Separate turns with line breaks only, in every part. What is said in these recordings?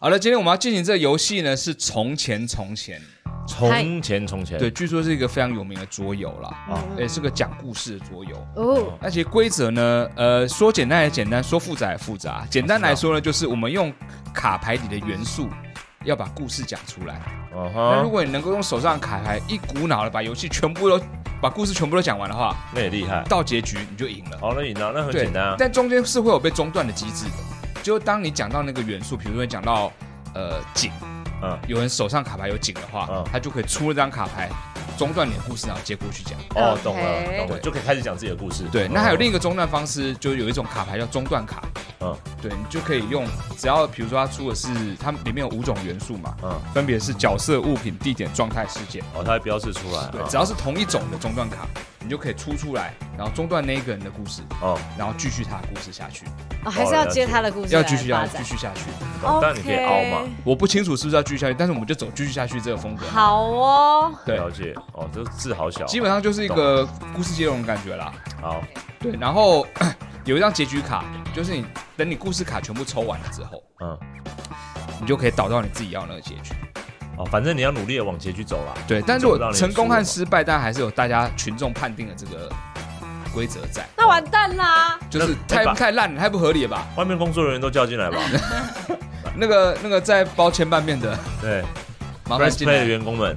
好了，今天我们要进行这个游戏呢，是从前从前。
从前从前，
对，，据说是一个非常有名的桌游啦，
哦
也是个讲故事的桌游。
哦，
那其实规则呢，呃，说简单也简单，说复杂也复杂。简单来说呢，就是我们用卡牌里的元素，要把故事讲出来。
嗯
那如
哼，
果你能够用手上的卡牌一股脑的把游戏全部都把故事全部都讲完的话，
那也厉害。
到结局你就赢了。
好，那赢了，那啊哦很
对，
简单啊。
但中间是会有被中断的机制的。就当你讲到那个元素，比如说你讲到呃井，
嗯，
有人手上卡牌有井的话，
嗯
他就可以出那张卡牌，中断你的故事，然后接过去讲。
哦
OK，
懂了，懂了，
对
就可以开始讲自己的故事。哦
对，那还有另一
个，
个中断方式，就有一种卡牌叫中断卡。
嗯
对你就可以用，只要比如说它出的是它里面有五种元素嘛，
嗯，
分别是角色、物品、地点、状态、事件。
哦，它会标示出来啊。
对，只要是同一种的中断卡，你就可以出出来，然后中断那一个人的故事，
哦，
然后继续他的故事下去，
哦还是要接他的故事
要
来
继续要
发展
继。续下去。
懂但你可以凹嘛。
我不清楚是不是要继续下去，但是我们就走继续下去这个风格
OK，。好哦，
对
了解。哦，这字好小。
基本上就是一个故事接龙的感觉啦。
好，
对，然后 有一张结局卡，就是你等你故事卡全部抽完了之后，
嗯，
你就可以导到你自己要的那个结局。
哦，反正你要努力的往结局走啦。
对，但如
走不到
果
你
成功
输了
和
嘛
失败，但还是有大家群众判定的这个规则在，
那完蛋啦！
就是
那
太
那把
太烂了，太不合理了吧？
外面工作人员都叫进 来吧。
那个那个在包千拌面的，
对
麻烦
，Press
进
Play 的
来。
员工们，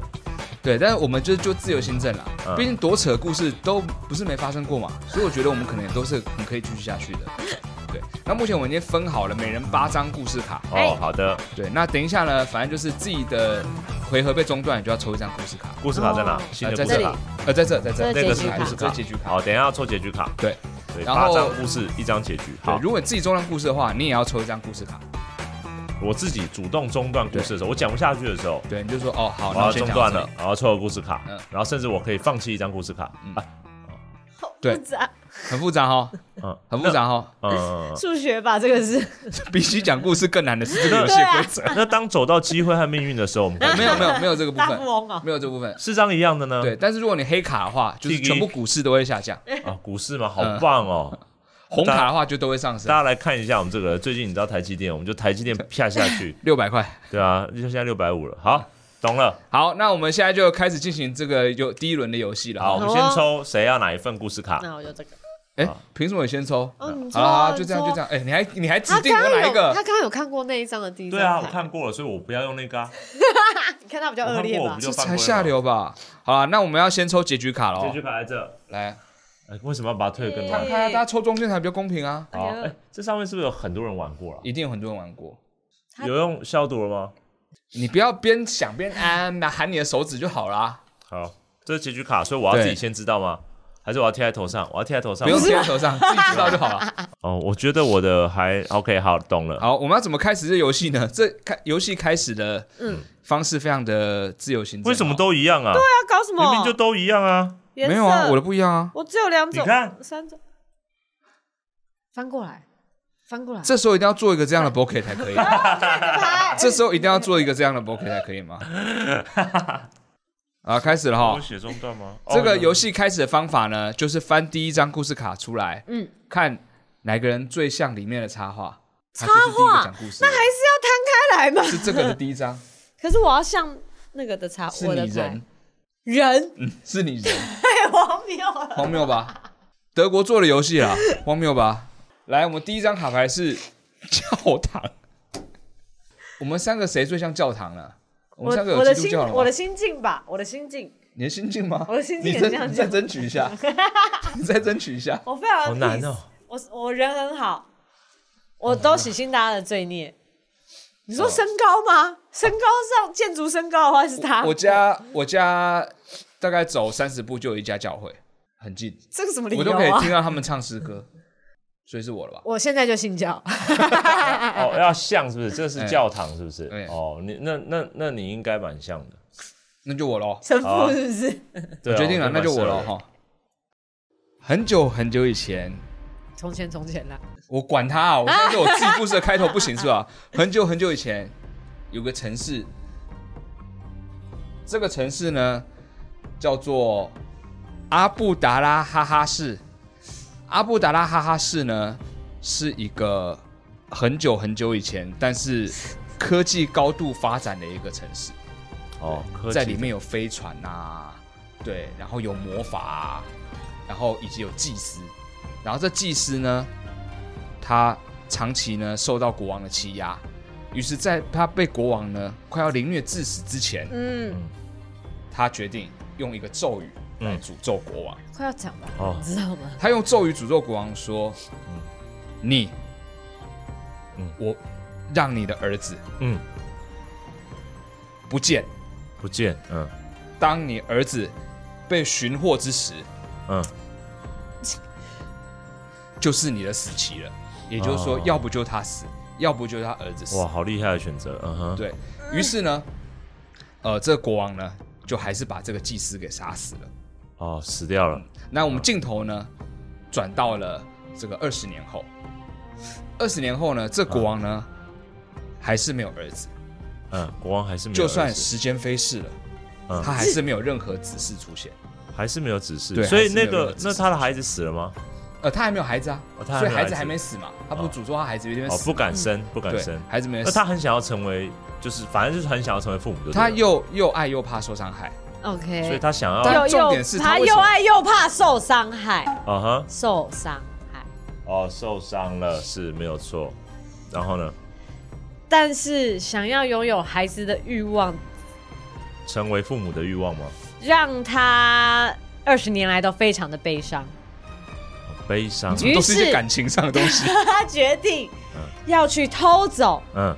对，但是我们就就自由新政啦，
嗯
毕竟多扯的故事都不是没发生过嘛，所以我觉得我们可能也都是很可以继续下去的。对，那目前我们已经分好了，每人八张故事卡。
哦，好的，
对，那等一下呢，反正就是自己的回合被中断，你就要抽一张故事卡。
故事卡在哪
哦？
新的
呃在
故
这
事
里
卡，，
呃，在这，在这，
这
那个
结
是
局
故
卡
事
这
卡
是结局卡。
好，等一下要抽结局卡。
对
对，
然后
八张故事，一张结局。
对
好，，
如果你自己中断故事的话，你也要抽一张故事卡。
我自己主动中断故事的时候，我讲不下去的时候，
对，你就说哦，好，
我
那
要
我先
中
讲
断
到这
了
里。，
然后抽个故事卡
嗯，
然后甚至我可以放弃一张故事卡。
嗯
啊
好
对
复杂，
很复杂哈，
嗯，
很复杂哈，
那。 嗯，
数学吧，这个是
比起讲故事更难的是这个游戏的规则。
那当走到机会和命运的时候，我们
没有没有没有这个部
大富
分，
翁哦。
没有这部分。
四张一样的呢？
对，但是如果你黑卡的话，就是全部股市都会下 降；
啊，股市嘛，好
嗯
棒哦！
红卡的话就都会上
大
升。
家来看一下我们这个，最近你知道台积电，我们就台积电啪下
，
去
六百块。
对啊，就现在六百五了。
嗯
好，懂了。
好，那我们现在就开始进行这个游第一轮的游戏了。
好，我
好，
们先抽谁要哪一份故事卡？
那我就这个。
哎
好，
凭什么你先抽？
哦，你
好
说
了，好
啊，
了就
你
这样，
说
就这。样。哎，你还你还指
他
定我
刚刚
哪一
有，他
个？
刚刚有看过那一张的第一张
对啊，
牌
我看过了，所以我不要用那个啊。
你看他比较恶劣
我看过我
吧
不？
这
就犯
才
规了
下流吧？好了，那我们要先抽结局卡
结
喽。
局卡在这。
来，
哎，为什么要把它推得更
摊
乱？
开啊，大家抽中间才比较公平啊。
好，
哎呀
哎，这上面是不是有很多人玩过了？啊
一定有很多人玩过，
他
有用消毒了吗？
你不要边想边按，那喊你的手指就好啦，
好，这是结局卡，所以我要
对
自己先知道吗？还是我要贴在头上？我要贴在头上
不
吗。
用贴在手上， 自己知道就好了。
哦，我觉得我的还 OK，好，懂了。
好，我们要怎么开始这游戏呢？这开游戏开始的
嗯
方式非常的自由行政，
为什么都一样啊？
他搞什么？
明明就都一样啊。
颜色
没有啊？我的不一样啊。
我只有两种，
你看
三种，翻过来，翻过来，
这时候一定要做一个这样 的 bokeh 才
哦
可以，
牌
这时候一定要做一个这样的 bokeh 才可以 吗？啊，开始了哈
哦有。写中断吗？
哦这个游
戏
戏开始的方法呢，就是翻第一张故事卡出来，
嗯，
看哪个人最像里面的插画。它
插
就是第一个
画
讲故事的，
那还是要摊开来嘛。
是这个的第一张，
可是我要像那个的茶，
是
我的
你
牌
人，
人
是你人，
太荒谬了。
荒谬吧？德国做的游 戏啦，啊荒谬吧？来，我们第一张卡牌是教堂。我们三个谁最像教堂呢？我们
我
三个
我
有
的
基督
心
教了
我的
吗？
心境吧，我的心境，
你的心境吗？
我的心境
你
也这
再
样
你再
讲
争取一 下，你再争取一下。
我非常
好难哦
peace，我我人很好，我
哦
都洗清大家的罪孽。你说身高吗？身高上建筑身高的话是他，
我家我家大概走三十步就有一家教会，很近，
这个什么理
我
由
都可以
啊
听？到他们唱诗歌，所以是我了吧？
我现在就信教，
哦，要像是不是？这是教堂是不是
啊哎？
哦，你那那那你应该蛮像的。
那就我喽。
神
好
父
啊
是不是？
对啊，
决定了，那
觉得蛮
就我
适合
了
的。
哈。很久很久以前，
从前从前啦，
我管他啊！我现在我自己故事的开头不行是吧？ 很久很久以前，有个城市，这个城市呢叫做阿布达拉哈哈市。阿布达拉哈哈市呢是一个很久很久以前，但是科技高度发展的一个城市，
哦，科技
在里面有飞船啊，对，然后有魔法啊，然后以及有祭司，然后这祭司呢，他长期呢受到国王的欺压，于是在他被国王呢快要凌虐致死之前，
嗯，
他决定用一个咒语来诅咒国王。
快要讲了，
哦
你知道吗？
他用咒语诅咒国王说：“你，
嗯
我让你的儿子
嗯
不见。
不见，嗯
当你儿子被寻获之时，
嗯，
就是你的死期了。也就是说，
哦
要不就他死，要不就他儿子死
哇，。好厉害的选择，嗯哼，
对于是呢，呃，这个国王呢，就还是把这个祭司给杀死了。
哦，死掉了，
那我们镜头呢，转到了这个二十年后。二十年后呢，这国王呢，还是没有儿子。
嗯，国王还是没有
就
儿子，
算时间飞逝了，
嗯
他还是没有任何指示出现。
还是没有指示，
对
所以
还是没有
那
任何
个
指示
那他的孩子死了吗？
呃，他还没有孩子啊，
哦他还
所
没
以
有
孩子
孩子
还没死嘛，他不诅咒他孩子有点
哦，
死
不，敢生，不敢
对
生，，
孩子没
那
死。
他很想要成为，就是反正就是很想要成为父母就对了，
他又又爱又怕受伤害，
所以
OK，
他想要，
但
啊
又
重
又
点是他
他
为什
又
么
爱又怕受伤害，
哈，
受伤害。
uh-huh 哦，受伤了是没有错，然后呢，
但是想要拥有孩子的欲望，
成为父母的欲望吗？
让他二十年来都非常的悲伤。
哦悲伤，
于
都是一些
是
感情上的东西。
他 决定要去偷走，
嗯，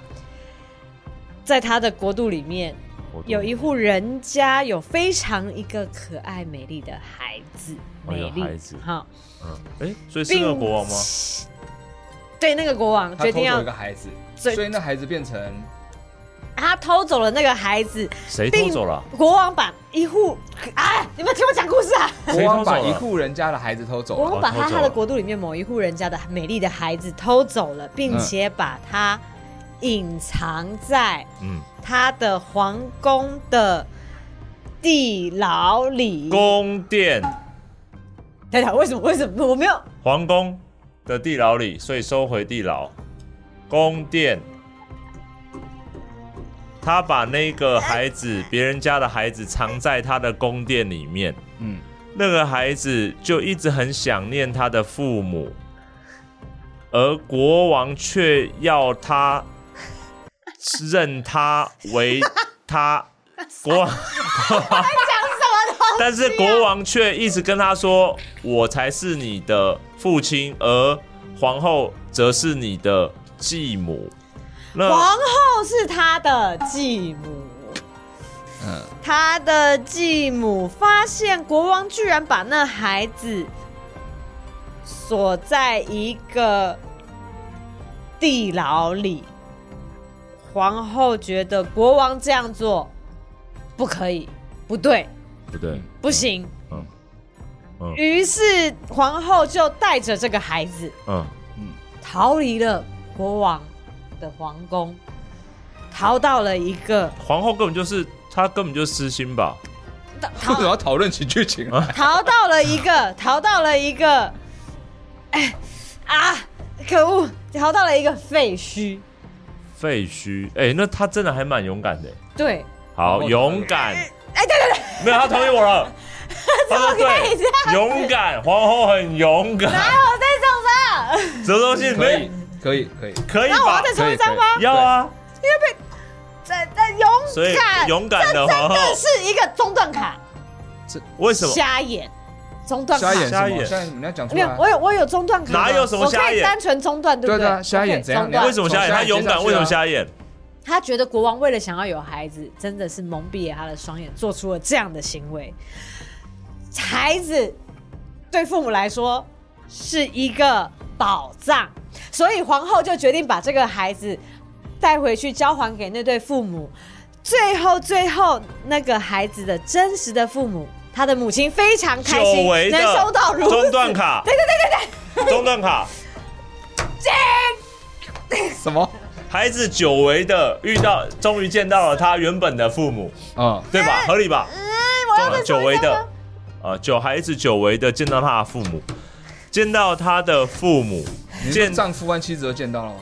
在他的国度里面
嗯我懂
有一户人家有非常一个可爱美丽的孩子，
哦
美
有
丽
孩子
哈，
嗯，哎，所以是那个
并
国王吗？
对那个国王
他
决
偷
定
走
要
一个孩子，
最
所以那孩子变成
他偷走了那个孩子，
谁偷
并
走了？
国王把一户啊，你们听我讲故事啊！
国王把
谁偷走了
一户人家的孩子偷走
国
了。
王把他
偷走
他
了
的国度里面某一户人家的美丽的孩子偷走了，并且把他隐藏在
嗯，
他的皇宫的地牢里。
宫殿，
等等，为什么？为什么我没有？
皇宫的地牢里，所以收回地牢。宫殿，他把那个孩子，别人家的孩子藏在他的宫殿里面。
嗯，
那个孩子就一直很想念他的父母，而国王却要他认他为他国王。但是国王却一直跟他说：“我才是你的父亲，而皇后则是你的继母。”
皇
那
后是他的继母。
嗯
他的继母发现国王居然把那孩子锁在一个地牢里，皇后觉得国王这样做不可以，不对，
不对，
不行。
嗯嗯
于是皇后就带着这个孩子
嗯，
逃离了国王的皇宫，逃到了一个
皇后根本就是她根本就私心吧？
为
逃
什么要讨论起剧情啊？
逃到了一个，逃到了一个，哎啊，可恶，逃到了一个废墟。
废墟，哎、那她真的还蛮勇敢的。
对，
好，
哦
勇敢。哎、对对对，没有，他同意我 了。他说
以这样
啊对，勇敢，皇后很勇 敢。
我在种的，
什么东西
可
没
以，可以，可以。
可以
那我
吧
要？再重一张吗？
要啊，
这这
所以
勇敢，
勇敢的皇后
这是一个中断卡，
为什么？
瞎眼，中断卡
瞎。眼什
瞎
么？
眼
瞎眼，你要讲出
没有，
来。
我有我有中断卡吗，
哪有什么瞎眼
我可以单纯中断，对不
对对啊
对？
瞎眼
OK，
怎样
中
你
断
为什么瞎眼？
从
她
瞎眼
勇
接下去
敢，
啊
为什么瞎眼？
他觉得国王为了想要有孩子，真的是蒙蔽了他的双眼，做出了这样的行为。孩子对父母来说是一个宝藏，所以皇后就决定把这个孩子带回去交还给那对父母。最后，最后那个孩子的真实的父母，他的母亲非常开
久
心，
违
能
的
收到如此哎
中断卡，对对对对对，中断卡。
什么？
孩子久违的遇到，终于见到了他原本的父母，
嗯，
对吧？合理吧？啊
我要再
久违
重一张
的
吗，
呃，久孩子久违的见到他的父母，见到他的父母，
你是
见
丈夫和妻子都见到了吗？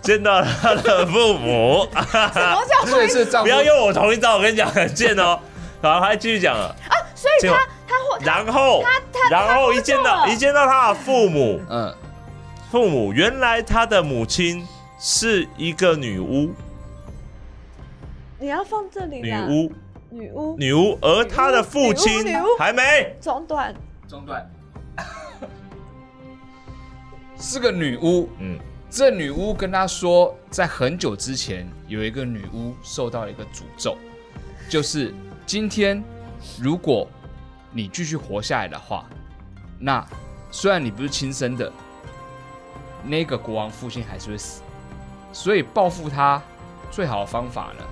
见到了他的父 母，
怎么 叫
这个是丈
不
夫，
要用我同一招，我跟你讲很贱哦。然后他还继续讲了，
所以他他或
然后
他他
然后一见
他摸
到
到了
一见到他的父母，
嗯，
父母原来他的母亲是一个女巫，
你要放这里
女
啦，
巫，
女巫
女巫，而他的父亲
女巫女巫
还没
中断，
中断， 是个女巫，
嗯
这女巫跟他说，在很久之前有一个女巫受到了一个诅咒，就是今天如果你继续活下来的话，那虽然你不是亲生的，那个国王父亲还是会死。所以报复他最好的方法呢，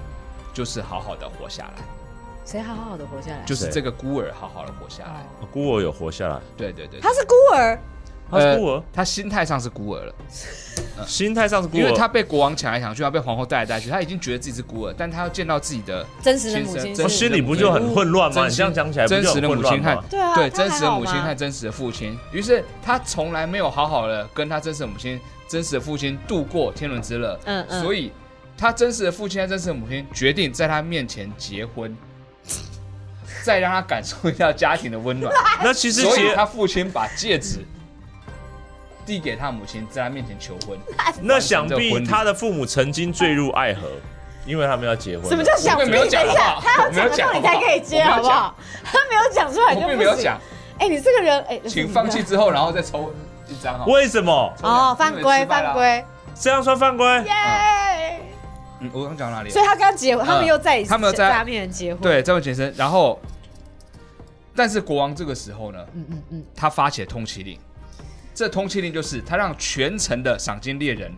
就是好好的活下来，
谁好好的活下来？哦
就是
谁
这个孤儿好好的活下来。
哦孤儿有活下来，
对对对，
他是孤儿，
呃
他是孤儿，
他心态上是孤儿了。
心态上是孤
呃因为他
儿，
被国王抢来抢去，他被皇后带来带去，他已经觉得自己是孤儿，但他要见到自己的
真实的
亲
母
生
亲
真
我
哦
实
心
的
里
母
不就很
亲
混乱吗？
真
你这样讲起来不
真
就
实
很
的
混
母
乱
亲
吗
和？
对啊
对
他
真
还
实的
好
母亲
吧
和真实的父亲，于是他从来没有好好的跟他真实的母亲、真实的父亲度过天伦之乐。
嗯嗯
所以他真实的父亲和真实的母亲决定在他面前结婚， 再让他感受一下家庭的温暖。
那 其实
所以
结
他父亲把戒指递给他母亲，在他面前求婚。
那想
完成这个
必
婚礼
他的父母曾经坠入爱河，因为他们要结婚了。
什么叫想
我
必？
并没有
等一
讲
下，
好不好
他
我没有
要讲
讲
到你才可以接，
好
好
不
不
好
好？ 他没有讲出来就
我
不
并
行。
没有讲，
哎，你这个人，哎，
请放弃之后，然后再抽一张好吗。
为什么
哦，犯规，
因为失啊败了
犯规，
这样算犯规？
耶！
嗯，我刚讲哪里了
所以他刚结婚，他们又在一起
他们又在
下面结婚，，
对，这位杰森。然后，但是国王这个时候呢，
嗯嗯嗯，
他发起了通缉令。这通缉令就是他让全城的赏金猎人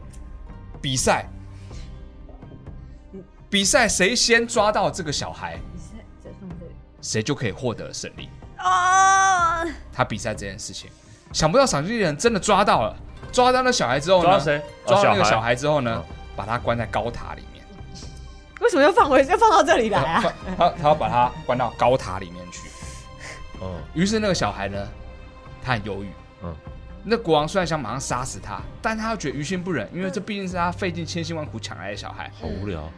比赛，比赛谁先抓到这个小孩，
你是在放这里
谁就可以获得胜利。
哦，
他比赛这件事情，想不到赏金猎人真的抓到了，抓到那小孩之后呢，
抓到谁
抓
哦
到那个
小孩
小孩之后呢
哦，
把他关在高塔里面。
为什么又放回，又放到这里来
他
啊？
他他要把他关到高塔里面去。
嗯，
于是那个小孩呢，他很忧郁。嗯
嗯，
那国王虽然想马上杀死他，但他又觉得于心不忍，因为这毕竟是他费尽千辛万苦抢来的小孩。
好无聊。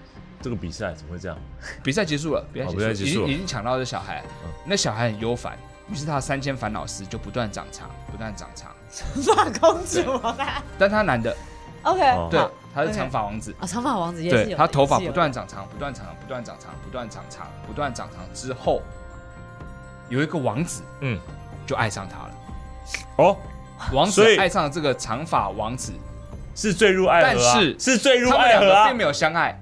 这个比赛怎么会这样？
比赛结束了，比赛
哦
结束
比
了，
赛
已
结束
经
了嗯
已经抢到这小孩。那小孩很忧烦，于是他的三千烦恼丝就不断长长，不断长长。
发公主啊
但他男的，
，OK，
哦
对
好，
他是
OK
长发王子，
啊，长发王子也是
对
有，
他头发
也
不
是有
断长长，不断长长，不断长长，不断长长，不断长长之后，有一个王子
嗯，
就爱上他了。
哦，
王子
所以
爱上这个长发王子，
是坠入爱河啊，
但是
是坠入
他们
爱
两
河
个
啊
并，没有相爱，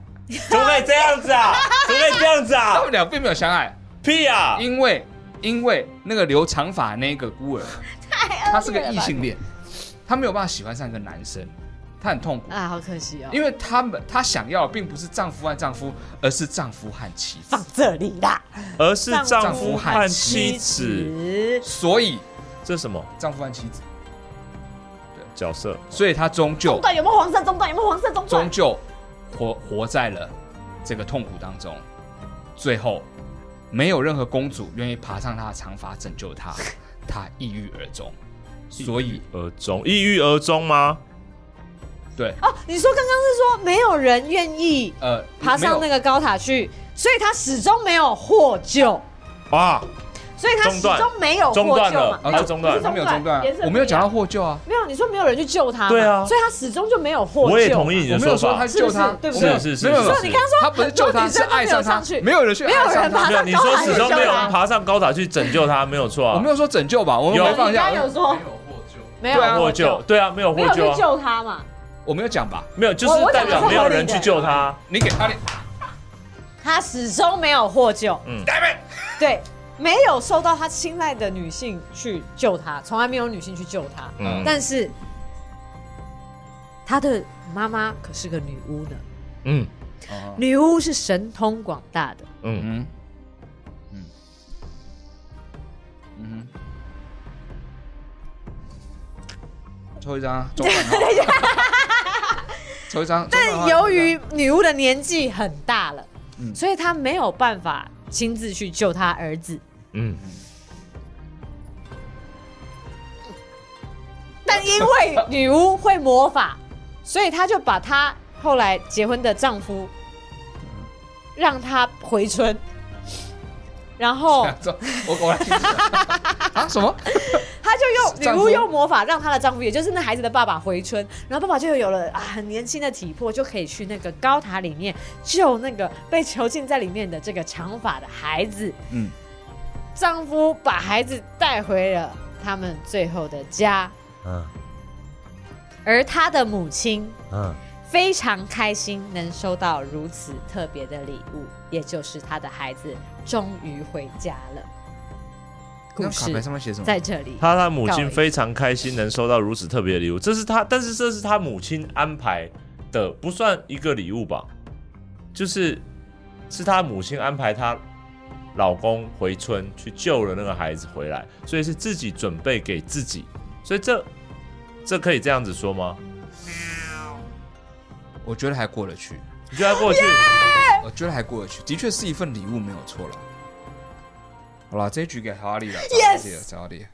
怎么可以这样子啊？怎么可以这样子
他
啊
们？俩并没有相爱，
屁啊！
因为因为那个留长发那个孤儿，他是个异性恋，他没有办法喜欢上一个男生，他很痛苦，
啊，好可惜哦，
因为他们他想要的并不是丈夫和丈夫，而是丈夫和妻子
放，这里啦，
而是丈
丈
夫
夫
和
和
妻子，
子
所以
这什么
丈夫和妻子，
角色？
所以他终究
中段有没有黄色？中段有没有黄色？中
终
段
究活活在了这个痛苦当中，最后没有任何公主愿意爬上她的长发拯救 她，她抑郁而终。所以，
而终，抑郁而终吗？
对，
哦，你说刚刚是说没有人愿意
呃，
爬上那
没有
个高塔去，所以他始终没有获救，
啊，
所以他
中
始
断
终没有
中
获
断
救
了
嘛，。
他哦中断
不是
他
了。
没有中断啊
颜色不一，样
我没有讲到获救啊，
没有，你说没有人去救他嘛，
对啊
所以他始终就没有获救。
我也同意你
我
的
没有
说
说
法
他。救他，
是不是对不
我没有
是是
没有没有
是
没有
是
你刚刚说
他不是救他，
很多女
是
生都
爱上
没有
他
上去，
没有人去
没有
爱上
人爬
他
上，
没有，你
高
说
塔
始终
去救
没有人
他
爬上高塔去拯救他，没有错啊。
我没有说拯救吧，我
有
没放
你刚刚
下
有，说没
对啊
有
获救，，对啊，没有
没
获
有
救
去
啊，
救他嘛？
我没有讲吧，
没有，就是
我我
代
讲
表
的是
没有
合理
人去
的
救他。
你给啊他，你
他始终没有获救，
嗯
Damn it
对，没有受到他青睐的女性去救他，从来没有女性去救他。
嗯
但是他的妈妈可是个女巫呢，
嗯
哦
女巫是神通广大的，
嗯，
嗯嗯嗯哼，抽一张啊，中奖啊 抽一张。中奖
但
啊
由 于女巫的年纪很大了，
嗯
所以她没有办法亲自去救她儿子。
嗯，
但因为女巫会魔法，所以她就把她后来结婚的丈夫让她回村，然后
这我我来听听啊什么？
她就用
丈
女
夫
巫用魔法让她的丈夫，也就是那孩子的爸爸回村，然后爸爸就有了啊很年轻的体魄，就可以去那个高塔里面救那个被囚禁在里面的这个长发的孩子。
嗯，
丈夫把孩子带回了他们最后的家，
嗯
而她的母亲
嗯，
非常开心能收到如此特别的礼物，也就是她的孩子终于回家了。故
那卡牌
事
上面写什么？
在这里，
他他母
告
亲
一
非常开心能收到如此特别的礼物，这是他，但是这是他母亲安排的，不算一个礼物吧？就是是他母亲安排她老公回村去救了那个孩子回来，所以是自己准备给自己，所以这这可以这样子说吗？
我觉得还过得去，
你觉得他 过去
我觉得还过得去，的确是一份礼物，没有错了。好了，这一局给哈利了，找到
Yes
你了，找到你了。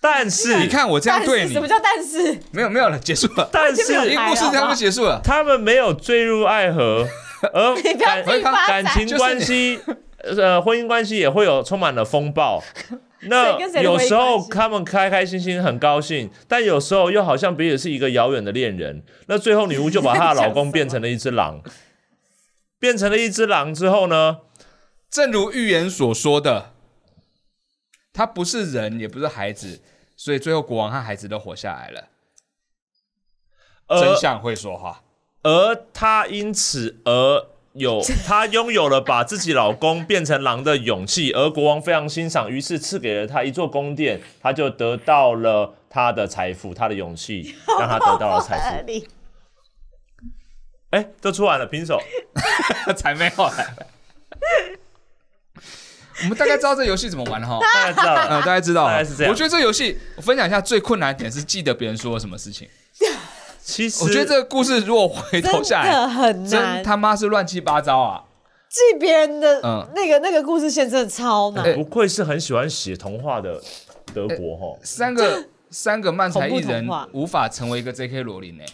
但是
你看我这样
但
对
是
你
什，么叫但是？
没有没有了，结束了。
但
完全没
因
是
有
为故事这样就结束了。
他们没有坠入爱河，而
你不要
感
自己发展
感情关系、呃婚姻关系也会有充满了风 暴。那
谁跟谁的
有
婚姻
时候
关系
他们开开心心很高兴，但有时候又好像彼此是一个遥远的恋人。那最后女巫就把她
你在
的
讲
老公变成了一只 狼，变成了一只狼之后呢，
正如预言所说的，他不是人，也不是孩子，所以最后国王和孩子都活下来了。真
呃
而
相会说话。
而她因此而 有，她拥有了把自己老公变成狼的勇气，而国王非常欣赏，于是赐给了她一座宫殿，她就得到了她的财富，她的勇气让她得到了财富。
理。
哎、都出完了，平 手。
才没有来。我们大概知道这游戏怎么玩了 哈，
大家知道
呃，
了
大，概知道了。
大概是这样
我觉得这游戏，我分享一下最困难的点是记得别人说了什么事情。
其实
我觉得这个故事如果回头
真
下来，
的很
真
难，
他妈是乱七八糟啊！
记别人的、
嗯
那个那个故事线真的超难。
哎
不愧是很喜欢写童话的德国哈、
三个三个漫才艺
恐怖
人
童话
无法成为一个 J.K. 罗琳呢、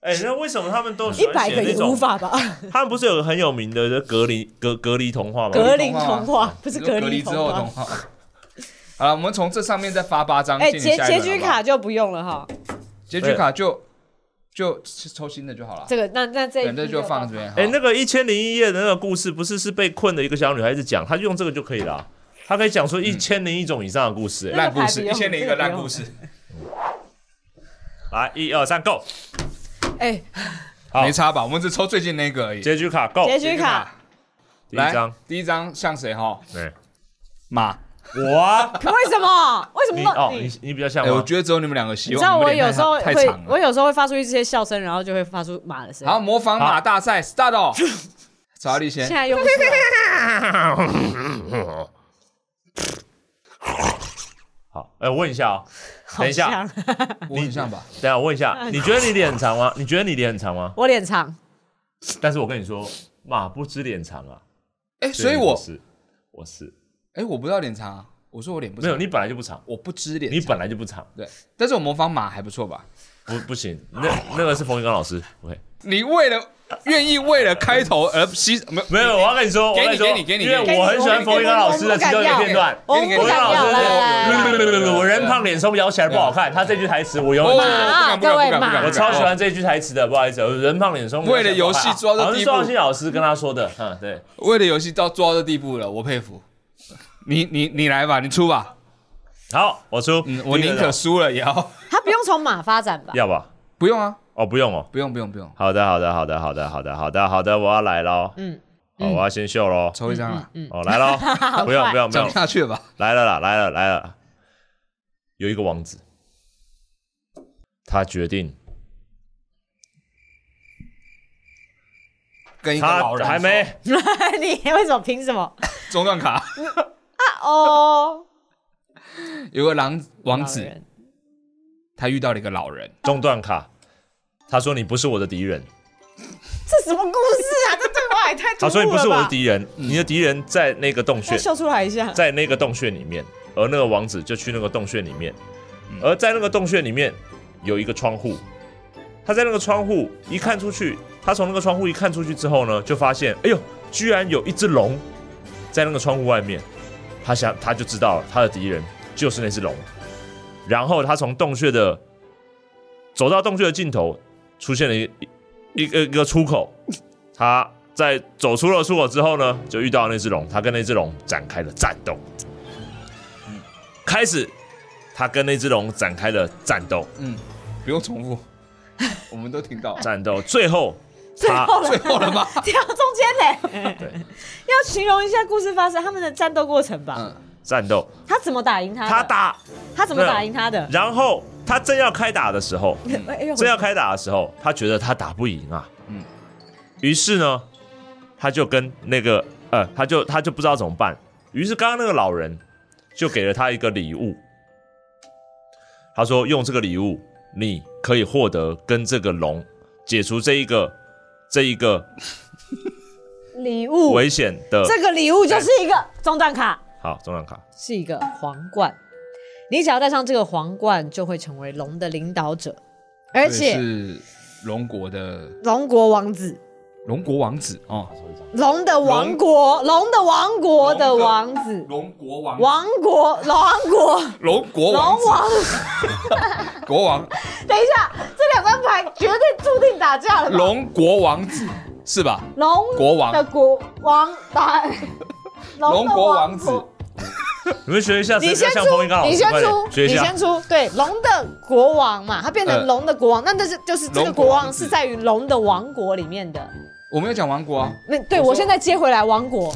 哎、那为什么他们都喜
一
欢
百
写
个
那
也
种
无？法吧？
他们不是有个很有名的隔离隔隔离童话吗？
格
林
林
童
童
话
话不是
就隔
格
离
林
之后的童
话。
话。 好了，我们从这上面再发八张。
哎，
进
结
行下一
结
轮
局
好不好
卡，就不用了哈，
结局卡就就抽新的就好了。
这个那那这一
对，那
批
就放
有
这边。
哎、
好
那个一千零一夜的那个故事，不是是被困的一个小女孩子讲，她就用这个就可以了啊、她可以讲出一千零一种以上的故事、哎
烂故事，
那
一
个牌不
千
用
零一个烂故事。
来，一二三，Go！
哎，
好
没差吧？我们只抽最近那个而已。
结局卡，Go！
结局卡，
第一张
来，，第一张像谁哈？
对，
马。
我 啊，
为什么？为什
你
么
哦
都，
你
你？
你比较像
哎，我
吗？
觉得只有你们两个希
你
望。
知道
你
我
们脸
有时候
太
会
太长，
我
了。
有时候会发出一些笑声，然后就会发出马的声音。
好，模仿马大
啊
赛 start 哦。 查理
现
先，
在用不出来。
哎
好，哎、我问一下哦，
好
等一下，
像
我很像吧？
等一下，我问一下，你觉得你脸很长吗？你觉得你脸很长吗？
我脸长，
但是我跟你说，马不知脸长啊，
哎，所以我
不，是，我是
哎，我不知道脸长啊，我说我脸不
没有，
长，
你本来就不长，
我不知脸
你
长。
本来就不长，
对，但是我模仿马还不错吧？
不不行，那那个是冯玉刚老师，OK。
你为了愿意为了开 头而牺，没
没有，我要跟你说，我
给你
跟说，
给你给你
因为
给
你
我很喜欢冯一刚老师的其中一个片段。
我
给你给
们不
你
冯一
敢
刚
要
老
了
师
来来来来
我
来。
说：“我人胖脸瘦，摇起来不好看。”他这句台词我永远
哦
记得。
不
啊
敢不敢不敢
各位
不敢
马
我超喜欢这句台词的，不好意思，我人胖脸松。
为了游戏抓到
好像
地
是
步
宋欣老师跟他说的，嗯，对，
哦为了游戏到做到这地步了，我佩服。你你你来吧，你出吧。
好，我出，
嗯，我宁
第一
可
个
输了也要。
他不用从马发展吧？
要吧？
不用啊，
哦，不用哦。
不用不用不用，
好的，好的，好的，好的，好的，好的，好的，我要来喽。
嗯，
好，我要先秀喽。
抽一张啊，
哦，来 喽，不用，不
嗯
用，不
讲
用
不，下去了吧？
来了啦，来了，来了。有一个王子，他决定
跟一个
他
老人
还没
你为什么？凭什么？
说中断卡，
哦，
有个狼王
老
子，
人
他遇到了一个老人，
中断卡。他说：“你不是我的敌人。
这 什么故事啊？这对话也太……”
他说：“你不是我的，敌人，你的敌人在那个洞穴
再，秀出来一 下。
在那个洞穴里面。”而那个王子就去那个洞穴里面，而在那个洞穴里面有一个窗户，他在那个窗户一看出去，他从那个窗户一看出去之后呢，就发现，哎呦，居然有一只龙在那个窗户外面。他想，他就知道了，他的敌人就是那只龙。然后他从洞穴的走到洞穴的尽头，出现了一一个一个出口。他在走出了出口之后呢，就遇到那只龙，他跟那只龙展开了战斗。开始，他跟那只龙展开了战斗，
嗯，不用重 复，我们都听到了。
战斗，最后
最
他
后了，
最后 了吗？
跳中间嘞，
对
要形容一下故事发生他们的战斗过程吧。
嗯，
战斗，
他怎么打赢他的？
他打，
他怎么打赢他的？
然后他正要开打的时候，
哎呦
正要开打的时候，他觉得他打不赢啊，
嗯
嗯，于是呢，他就跟那个呃，他就他就不知道怎么办，于是刚刚那个老人就给了他一个礼物，他说用这个礼物，你可以获得跟这个龙解除这一个这一个
礼物，
危险的
这个礼物就是一个中断卡，
好中场卡，
是一个皇冠。你只要戴上这个皇冠，就会成为龙的领导者，而
这
且
是龙国的
龙国王子，
龙国王子哦，
龙的王国，龙的王国的王子，
龙国王
王国，王国，
龙国
龙
王子
王。
国 王
等一下，这两张牌绝对注定打架了吧。
龙国王子是吧？
龙
国王
的国王 打
龙
的
国王子，
国
你们学一下，
你先
谁比较像
出
彭一刚，老师
你先
快点
出，
学
你
一下
先。出。对，龙的国王嘛，他变
呃
成龙的国王，那但是就是这个
龙国
国王
王子
是在于龙的王国里面的。
我没有讲王国啊，
那对我现在接回来王国，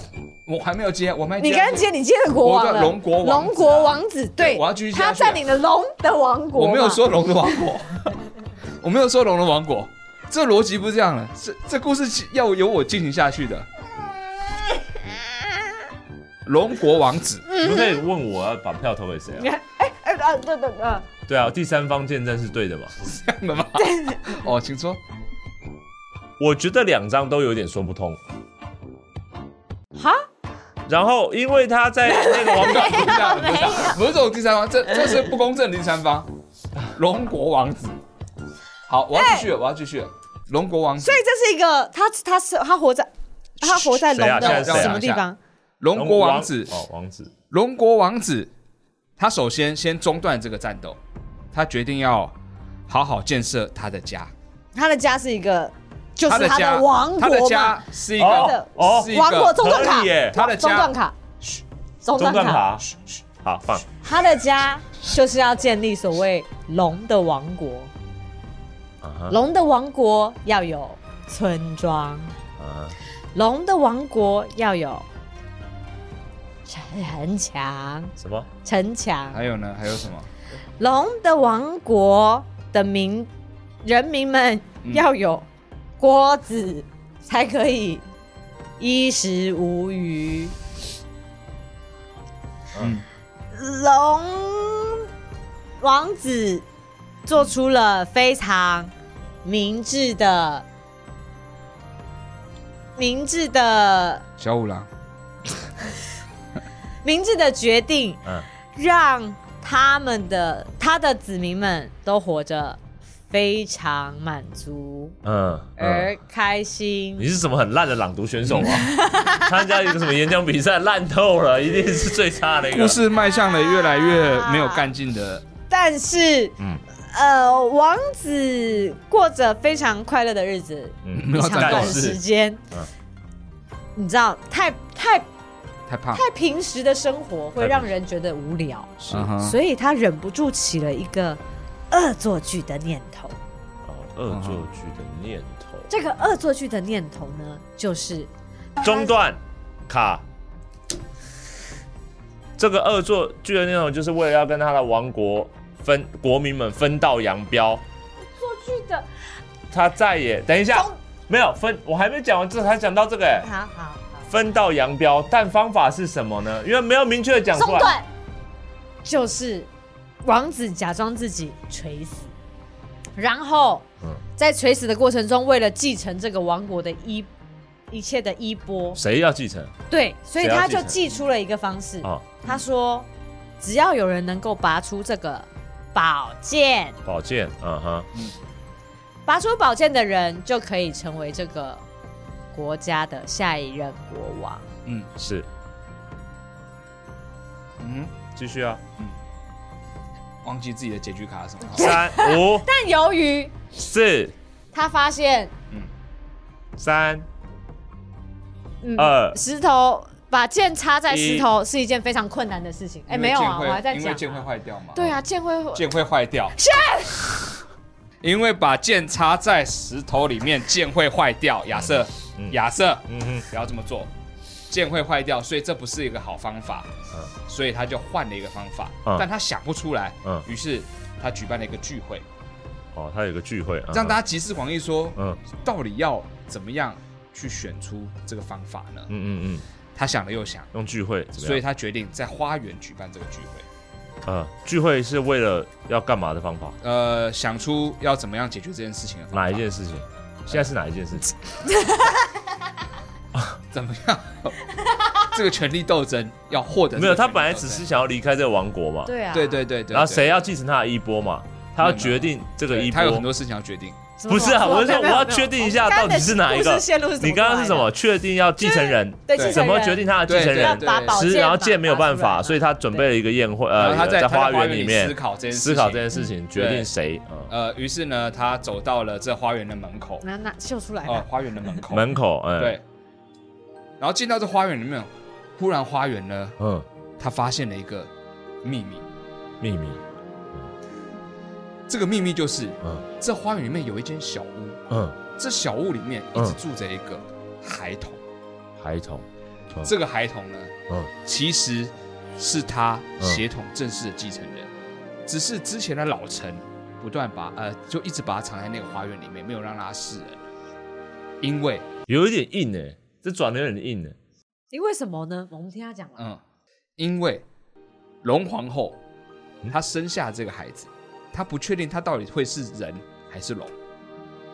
我还没有接，我们
你刚刚接你接的国王
我
了，
叫龙国王子啊
龙国王子，对
对我要继续，接下
他
去啊
占领了龙的王国。
我没有，说龙的王国，我没有说龙的王国，这逻辑不是这样的，这这故事要由我进行下去的。龙国王子，
你们可以问我要把票投给谁啊？
哎哎啊，对对对，啊
对啊，第三方见证是对的嘛？
这样 的吗？哦，请说。
我觉得两张都有点说不通。
哈，
然后因为他在那个王
不
冠，
是这样的不是这样的不是这种第三方，这这是不公正的第三方。龙国王子，好，我要继续了，我要继续了。龙国王子
所以，这是一个他他是他活在他活在龙
谁啊
的
现在谁啊
什么地方？
龙国王子，
哦，王子，
龙国王子，他首先先中断这个战斗，他决定要好好建设他的家。
他的家是一个，就是
的
他
家，
的王
他的
国嘛
家，是一
他
个
的
哦
是一个
王国中断
合
卡
理，耶
他的
中
家
断，卡，
中
中断
断
卡，
卡，好放，
他的家就是要建立所谓龙的王国，
啊
龙的王国要有村庄，
哈啊
龙的王国要有城城墙，
什么？
城墙，
还有呢？还有什么？
龙的王国的民人民们
嗯
要有锅子，才可以衣食无余。
嗯
龙王子做出了非常明智的、明智的、
小五郎，
明智的决定，
嗯，
让他们的他的子民们都活着非常满足
嗯嗯，
而开心。
你是什么很烂的朗读选手吗？ 参加一个什么演讲比赛，烂透了，一定是最差的一个
故。事迈向了越来越没有干劲的。
但是，
嗯
呃，王子过着非常快乐的日子，
嗯
没
一
有
长
战斗
短
士
时间。
嗯
你知道，太太
太胖，
太平时的生活会让人觉得无聊，
是
嗯哼
所以他忍不住起了一个恶作剧的念头。
哦，恶作剧的念头，
这个恶作剧的念头呢，就是
中断卡。这个恶作剧的念头，就是为了要跟他的王国分国民们分道扬镳。
恶作剧的。
他再也等一下
中，
没有分，我还没讲完，这才讲到这个、欸，
好好
分道扬镳。但方法是什么呢？因为没有明确的讲
好，
出来。
中断就是王子假装自己垂死，然后
嗯
在垂死的过程中，为了继承这个王国的衣一切的衣钵，
谁要继承？
对，所以
谁要
他
继
就
承
寄出了一个方式。
哦，
他说，只要有人能够拔出这个宝剑，
啊宝剑，嗯哼，
拔出宝剑的人就可以成为这个国家的下一任国王。
嗯
是，
嗯，
继续啊，
忘记自己的结局卡是什么号。
三五
但由于
四
他发现，
三
嗯，
二
石头把剑插在石
一
头是一件非常困难的事情。哎，没有啊，
因为剑会
我还在
因为
讲
剑会
啊。
坏掉嘛。
对啊，剑会
剑会坏掉。因为把剑插在石头里面，剑会坏掉。亚瑟，
嗯
亚瑟，
嗯哼，
不要这么做，剑会坏掉，所以这不是一个好方法。
嗯
所以他就换了一个方法，
嗯
但他想不出来，
嗯
于是他举办了一个聚会，
哦，他有个聚会，
让大家
家
集思广益说，
嗯
到底要怎么样去选出这个方法呢？
嗯嗯嗯，
他想了又想，
用聚会怎么样，
所以他决定在花园举办这个聚会。
呃，聚会是为了要干嘛的方法？
呃，想出要怎么样解决这件事情的方法。
哪一件事情？现在是哪一
哎
件事情？
怎么样？ 这个权力斗争要获得这个
没有，他
权力
本来
斗
只
争
是想要离开这个王国嘛，
对啊，
对对对对，
然后
对
谁要继承他的衣钵嘛？他要决定这个
对
衣钵
他。有很多事情要决定。
什么
不是啊，
什么
我是说
没有
我
没有
要
没有
确定一下到底是哪一个
刚刚的故事。线路是怎么
你刚刚是什
过来
么？
的？
确定要继承人，
对
对，继承
怎么
人
决定他的继承
对
要
人？
把宝
是，
剑
然后
拿
剑没有办法，
拿出
所
来
以他准备了一个宴会，
然后
呃，
他在他
在
在
花
园
园里
思
面
考这件
思考这
情。嗯
件事情，决定谁呃
呃，于是呢，他走到了这花园的门口，
拿拿秀出来
哦
吧，，
花园的门口，
门口，嗯，
对。然后进到这花园里面，忽然花园呢，
嗯，
他发现了一个秘密。
秘密，
这个秘密就是，
嗯
这花园里面有一间小屋，
嗯，
这小屋里面一直住着一个孩童。
孩童，嗯
这个孩童呢，
嗯
其实是他血统正式的继承人，只是之前的老陈不断把呃，就一直把他藏在那个花园里面，没有让他示人，因为
有一点硬哎，这转的有点硬哎，
因为什么呢？我们听他讲了，
嗯，因为龙皇后她生下这个孩子，她不确定他到底会是人还是龙，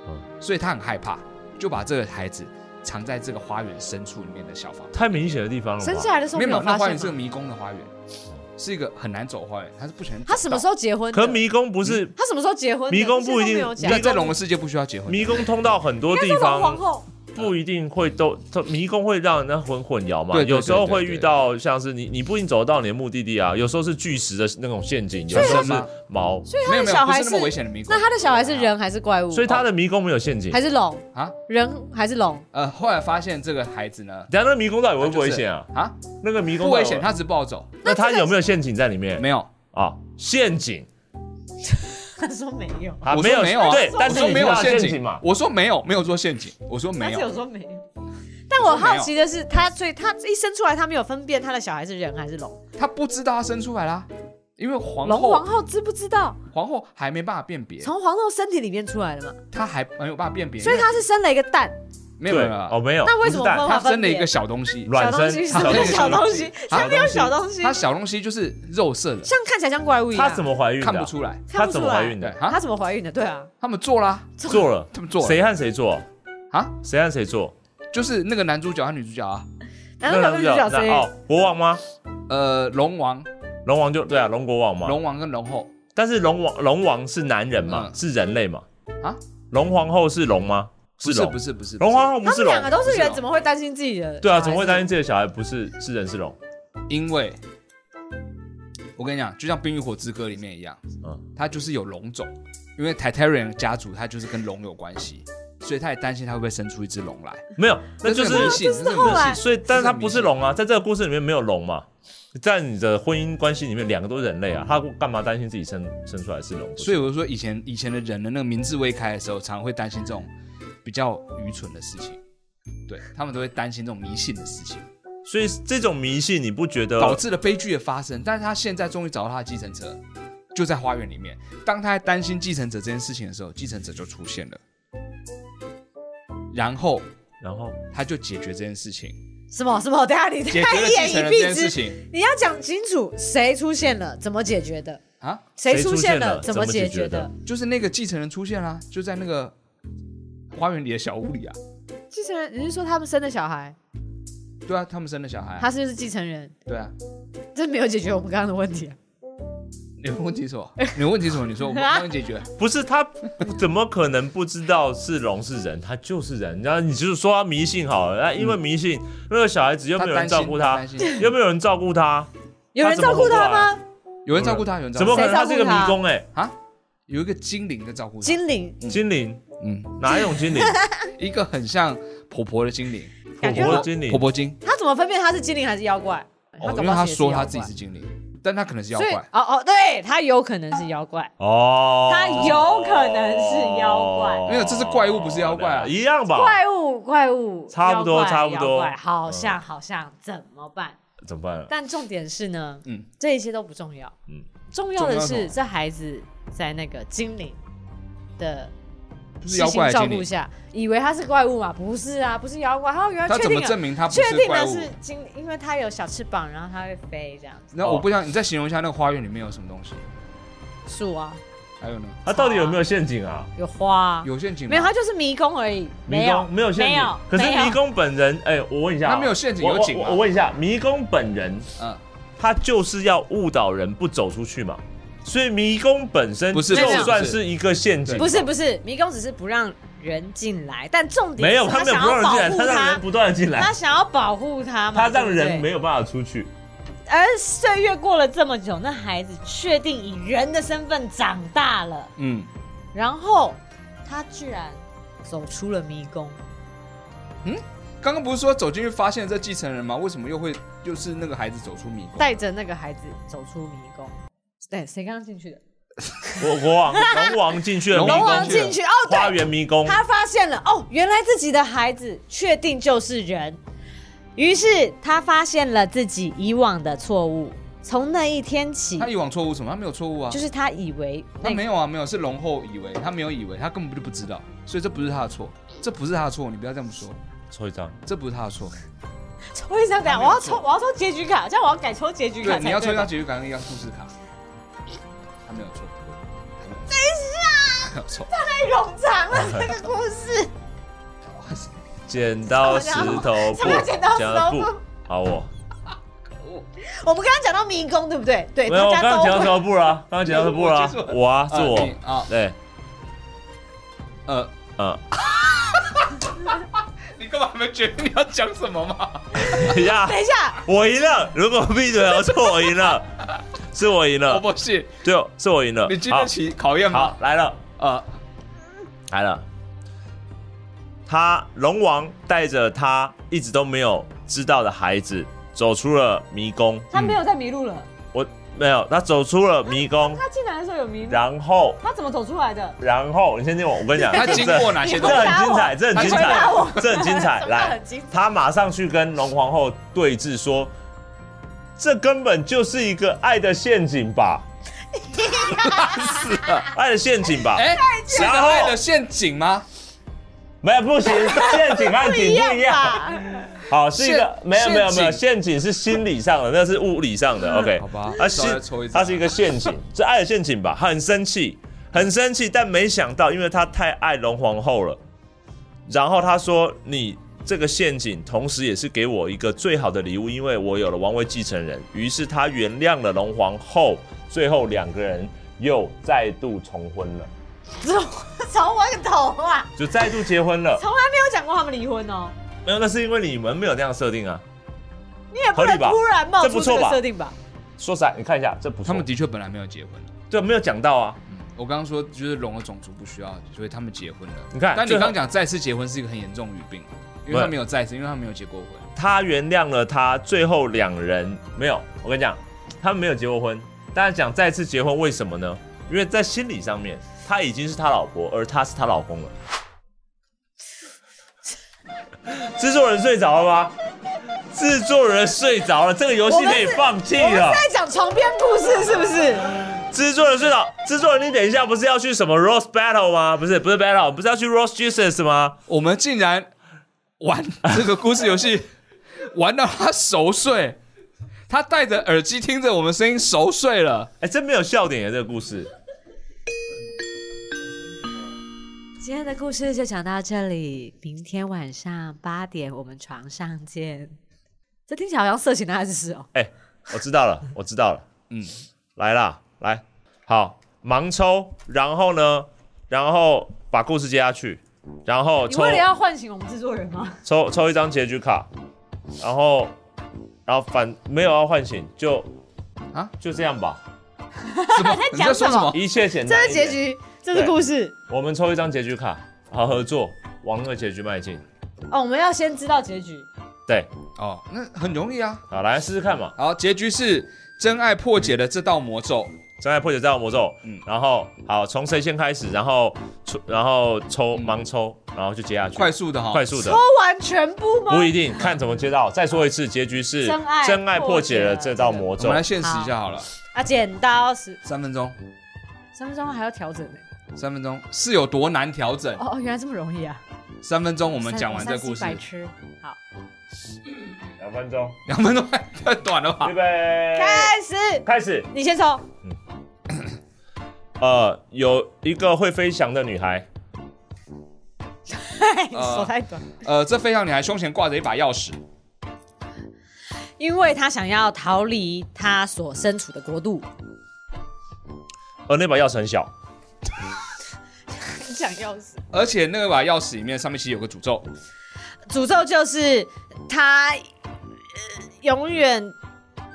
嗯
所以她很害怕，就把这个孩子藏在这个花园深处里面的小房间。
太明显的地方了吧。
生下来的时候
没
没
有，
有
那
发
花园是个
现吗？
迷宫的花园，是一个很难走的花园，它是不全。
他什么时
候？
候结婚的？
可迷宫不是
他什么时候结婚的？
迷宫不一定
这些都没有讲
在在龙的世界不需要结婚的，
迷宫通道很多地
龙皇
方
后
不一定会都，它迷宫会让人家混混淆嘛。
对对
有时候
对对
会
对
遇到像是你你不一定走得到你的目的地啊，有时候是巨石的那种陷阱，有时候是
所以它
毛，
没有没有，
小
不
孩
是那么
是
危险的迷宫。
那他的小孩是人还是怪物？
所以他的迷宫没有陷阱
还。是龙
啊？
人还是龙？
呃，后来发现这个孩子呢，
等一下那个迷宫到底
他
危
就是
不危险啊？
啊，
那个迷宫
不
到底
危险，他只是暴走，
那它有没有陷阱在里面？
没有。
啊，陷阱
他说没有，
啊，
我
没
说
有
没有啊，
对，
我
但是
说
你
没有
知道
陷
陷
阱
阱嘛，
我说没有，没有做陷阱，我说
他
没
是
有
有。说没有。但我
我说没有
好奇的是，他所以他一生出来，他没有分辨他的小孩是人还是龙。
他不知道他生出来啦，因为皇
龙
后
皇后知不知道
皇后还没办法辨别，
从皇后身体里面出来的嘛？
他还没有办法辨别，
所以
因为
他是生了一个蛋，
没有没
对
有没啊有
哦，没有，
那为什么
不是蛋
分
他生了一个小东西，
卵
小东
生
西什么小东西？
小东西
才没有小东西，
他小东西就是肉色的，
像看起来像怪物一样。
她怎么怀孕的？
看不，出来。
她怎么怀
看
孕
对
的？
啊
他，怎么怀孕的？对啊，
他们做啦，
做了，
他们做了
谁和谁做？
啊，
谁和谁做？
就是那个男主角和女主角啊，
难道他
男
们
主
就哎
角
叫
那
谁？
哦，国王吗？
呃，龙王、
龙王就对啊，龙国王嘛。
龙王跟龙后，
但是龙王龙王是男人嘛，
嗯
是人类嘛？
啊，
龙皇后是龙吗？
不是
龙
不，是不是
龙皇，后不
他
是
们
龙
两。个都
不
是
是
人，
龙
怎么会担心自己的？
对啊，怎么会担心？自己的小孩不是是人是龙？
不是因为我跟你讲，就像《冰与火之歌》里面一样，
嗯，
他就是有龙种，因为 Titarian 家族他就是跟龙有关系，所以他也担心他会不会生出一只龙来，
没有，那就
这
是
很迷信，
是
这很
后
迷信
来
所以，但是他
迷
不是
信
龙啊，在这个故事里面没有龙嘛，在你的婚姻关系里面，两个都是人类啊，他干嘛担心自己生生出来是龙？
所以
以，
我就说，以前以前的人的那个明智未开的时候，常常会担心这种比较愚蠢的事情，对他们都会担心这种迷信的事情，
所以这种迷信，你不觉得？
导致了悲剧的发生。但是他现在终于找到他的继承者，就在花园里面。当他在担心继承者这件事情的时候，继承者就出现了，然后
然后
他就解决这件事情，
什么什么？等一下你
解决
太
了
一
继承
言
人
以
这件
蔽
事
之，
情
你要讲清楚谁出现了，怎么解决的？
啊，
谁
出
出
现
现
了
了，怎么
怎么解
解
决
决
的
的？
就是那个继承人出现啦、就在那个花园里的小屋里啊。
继承人，你是说他们生的小孩，
对啊，他们生的小孩啊、
他是不是继承人？
对啊，
这没有解决我们刚刚的问题啊。
你问题是什么？ 你问题是什么？你说我们帮你解决。
不是他怎么可能不知道是龙是人？他就是人。然后你就是说他迷信好了，那因为迷信，那个小孩子又
他
没有人
担
照
心，
顾
他
他
担，心。
又没有人照顾他，
有人照顾他吗？
有人照顾他，有人照
怎
顾
么
他
可能？他是一个迷
谁照顾他
宫哎、
啊？有一个精灵在照顾他，
精灵
哎精灵
嗯，
哪一 种精灵？
一个很像婆婆的精灵，
婆
感觉
婆的
好
精灵
婆，婆精。
他怎么分辨他是精灵还是妖怪？
哦，
搞
因
不
为
好
他
也
说
妖
他
怪
自己是精灵，但他可能是妖
所以
怪。
哦哦，对他有可能是妖怪，
哦，
他有可能是妖怪
没有这是怪物不是妖怪啊
一样吧？
怪物怪物，
差不多
妖怪
差不多
妖怪好像好像怎么办？
怎么办？啊
但重点是呢，
嗯
这一些都不重要，
嗯
重要的
重要什
是
么
这孩子在那个精灵的
不是
细
妖怪
心
的
照
精
顾
灵，
下，以为他是怪物嘛？不是啊，不是妖怪，他原来
他
确
怎么
定
证
了，
明他不
确
是
定
怪
了
物？
是精，因为他有小翅膀，然后他会飞这样子，
那我不想你再形容一下那个花园里面有什么东西？
树啊，
还有呢？
他到底有没有陷阱啊？
有花、啊，
有陷阱吗？
没有，它就是迷宫而已，
迷
没有
宫没有陷
没
阱
有，，
可是
没有
迷宫本人，哎，我问一下啊，
他没有陷阱
我
有井
我
吗
我问一下，迷宫本人
嗯，
他就是要误导人不走出去嘛，所以迷宫本身
不是
就
不是
算
不是
是一个陷阱，
不是不是，迷宫只是不让人进来，但重点
没有
是
他没有
想
不让
要
人
保
进来，
护
他让人不断的进
他
来，
想要保护他嘛，
他让
对
人
不
没
对。
有办法出去。
而岁月过了这么久，那孩子确定以人的身份长大了，
嗯，
然后他居然走出了迷宫，
刚刚不是说走进去发现这继承人吗？为什么又会又是那个孩子走出迷宫？
带着那个孩子走出迷宫。对，谁刚刚进去的？
我国 王龙王进去了迷
龙
龙王
宫，
进去哦，对，
花园迷宫，
他发现了哦，原来自己的孩子确定就是人，于是他发现了自己以往的错误。从那一天起
他，以往错误什么？他没有错误啊
就，是他以为
他
那
没有啊，没有，是龙后以为他没有以为，他根本就不知道，所以这不是他的错，这不是他的错，你不要这么说，
抽一张，
这不是他的 错。
抽一张，等一下
他
我
没有
要抽，我要抽结局卡，这样我要改抽结局卡
对，
才
你要抽一张
吧
结局感，一张故事卡，他没有错，等一下，没有错。
太冗长了，这个故事。
剪刀石头布
什么，剪刀石头布
好我，
我们刚刚讲到迷宫，对不对？对，
没有，我
大
刚
哎家
刚
都
剪刀石
会。
头布啦，刚刚剪刀石头布啦
结束，了
我啊，是
啊
我
你，啊，
对，
呃，
嗯，
你干嘛没决定你要讲什么吗？
等一下，
等一下，
我赢了，如果闭嘴，我说我赢了，是我赢
我
了，
不信，
对，是我赢了，
你经
好
得起考验吗
好？来了。
呃，
来了，他龙王带着他一直都没有知道的孩子走出了迷 宫。
他没有再迷路了，
我没有，他走出了迷宫，
他进来的时候有迷路，
然后，
他怎么走出来的？
然后你先听我，我跟你 讲，
他
这
经过哪些
这
东
你回
西？
很精彩，这很精
他回
彩
答
我，
这很精 彩。
真的
来
很精，彩
他马上去跟龙皇后对峙，说：“这根本就是一个爱的陷阱 吧？爱的陷阱 吧？
哎，是个
然后
爱的陷阱吗？
没有，不行，陷阱和井不一样。”
吧？
好，是一个
陷
没有没有
陷阱嗯
没有陷阱是心理上的，那是物理上的。OK，
好吧
它
稍微抽一啊
是
张
它是一个陷 阱，这爱的陷阱吧？他很生气，很生气，但没想到，因为他太爱龙皇后了。然后他说：“你这个陷阱，同时也是给我一个最好的礼物，因为我有了王位继承人。”于是他原谅了龙皇后，最后两个人又再度重婚了，
从从我个头啊，
就再度结婚了。
从来没有讲过他们离婚哦。
没有，那是因为你们没有那样设定啊。
你也不能突然冒出这个设定吧？
说实在，你看一下，这不错
他们的确本来没有结婚了。
对没有讲到啊。
嗯，我刚刚说就是龙的种族不需要，所以他们结婚了。
你看
但你
最后
刚刚讲再次结婚是一个很严重的语病，因为他没有再次，因为他没有结过婚。
他原谅了他，最后两人没有。我跟你讲，他们没有结过婚。大家讲再次结婚，为什么呢？因为在心理上面，他已经是他老婆，而他是他老公了。制作人睡着了吗？制作人睡着了，这个游戏可以放弃
我们
了
是。在讲床边故事是不是？
制作人睡着，制作人，你等一下不是要去什么 Rose Battle 吗？不是，不是 Battle，不是要去 Rose Jesus 吗？
我们竟然玩这个故事游戏， 玩到他熟睡，他戴着耳机听着我们声音熟睡了。
哎，真没有笑点耶，这个故事。
今天的故事就讲到这里，明天晚上八点我们床上见。这听起来好像色情的暗示哦。
哎，我知道了，我知道了。
嗯，
来啦，来，好，盲抽，然后呢，然后把故事接下去，然后
你
抽
为了要唤醒我们制作人吗？
抽抽一张结局卡，然后然后反没有要唤醒，就
啊
就这样吧，
什么？ 你在说
讲什么
么？
一切简
这
单。
是结，局，这是故事。
我们抽一张结局卡，好合作，往那个结局迈进。
哦，我们要先知道结局。
对，
哦，那很容易啊。
好，来试试看嘛。
好，结局是真爱破解了这道魔咒。
真爱破解这道魔咒，
嗯
然后好，从谁先开始？然后抽，然后抽
嗯
盲抽，然后就接下去，
快速的哈，
快速的
抽，完全部吗？
不一定看怎么接到。再说一次，结局是
真爱
破解了这道魔
我
咒
们来。限时一下好了，
啊，剪刀石，
三分钟，
三分钟还要调整呢、
三分钟是有多难调整？
哦哦，原来这么容易啊！
三分钟我
我
们讲完这故事，
白痴，好，
两分钟，
两分钟 太短了吧
预？备，
开始，
开始。
你先抽。
呃，有一个会飞翔的女孩，
哎手太短，
呃，这飞翔女孩胸前挂着一把钥匙，
因为他想要逃离他所身处的国度，
而呃那把钥匙很小，
想要死。
而且那把钥匙里面上面其实有个诅咒，
诅咒就是他、呃永远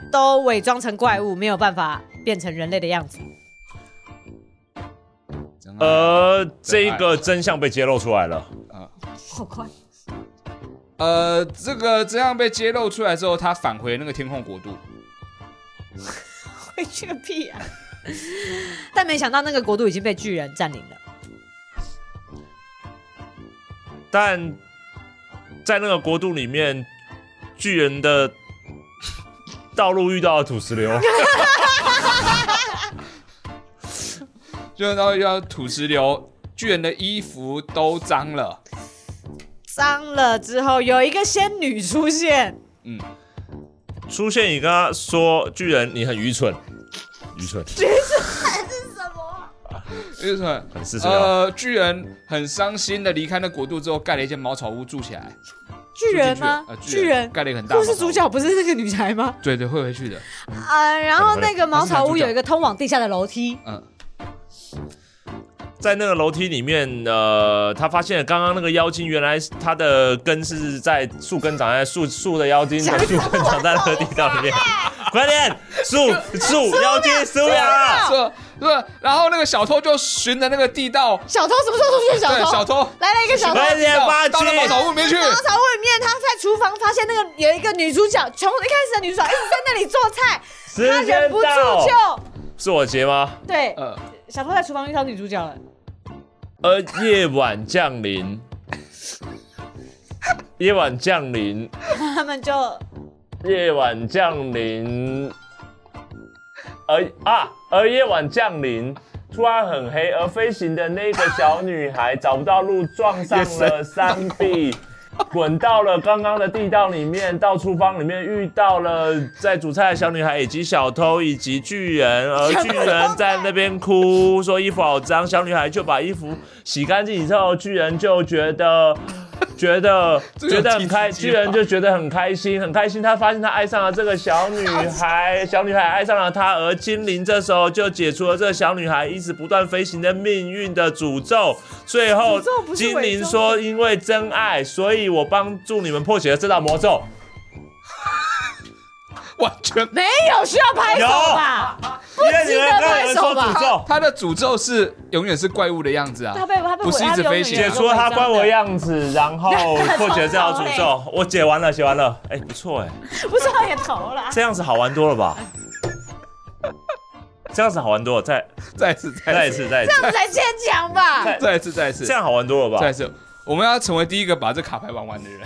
都伪装成怪物，没有办法变成人类的样子。
真爱
而呃这个嗯真相被揭露出来了。
好快！
呃，这个真相被揭露出来之后，他返回那个天空国度，
回去个屁啊！ 但没想到那个国度已经被巨人占领了。
但在那个国度里面，巨人的道路遇到了土石流，
就到要土石流，巨人的衣服都脏了。
脏了之后，有一个仙女出现，
出现你跟他说巨人你很愚蠢，愚蠢，
为什么？
很是这个。
呃，巨人很伤心的离开那国度之后，盖了一间茅草屋住起来。
巨人吗
呃？巨
巨人。
盖了一个很大。
故事主，角不是那个女孩 吗？
对对，会回去的。
啊，然后那个茅草屋有一个通往地下的楼梯，
嗯，
在那个楼梯里面，呃，他发现了刚刚那个妖精，原来它的根是在树根长在树树的妖精的树根长在那个地道里面。快点，树树妖精树呀！
是是，然后那个小偷就循着那个地道，
小偷什么时候出现？
对，小
小偷
偷
来了一个小偷，
快点八七
到，了茅草屋里面去。
茅草屋里面，他在厨房发现那个有一个女主角，从一开始的女主角一直在那里做菜，他
时
忍
间
不住
到，
就是
我劫吗？
对
呃，
小偷在厨房遇到女主角了，
而呃夜晚降临，夜晚降临，
他们就
夜晚降临，而啊，而夜晚降临，突然很黑，而飞行的那个小女孩找不到路，撞上了山壁，滚到了刚刚的地道里面，到厨房里面遇到了在煮菜的小女孩，以及小偷，以及巨人，而巨人在那边哭，说衣服好脏，小女孩就把衣服洗干净之后，巨人就觉得。觉得
个有
觉得很开，
提示机
巨
吧
人就觉得很开心，很开心。他发现他爱上了这个小女孩，小女孩爱上了他，而精灵这时候就解除了这个小女孩一直不断飞行的命运的诅咒。最后
诅咒不，
精
是伪装
灵说：“因为真爱，所以我帮助你们破解了这道魔咒。
完全。
没有需要拍手吧？
因为你
值
们
得
刚刚有人说
拍手吧
诅咒，
他的诅咒是永远是怪物的样子啊。
他被他被
不是一直飞行
解除了他乖我，样子，然后破解了这道诅 咒。我解完了，解完了。哎，不错哎，
他被不是他也投 了，
这样子好玩多了吧？这样子好玩多了，再
再一次，
再
再
一
一次，
次，再一次
这。样才坚强吧？
再
再一次，再一次，
这样好玩多了
再一
吧？
次。我们要成为第一个把这卡牌玩完的人。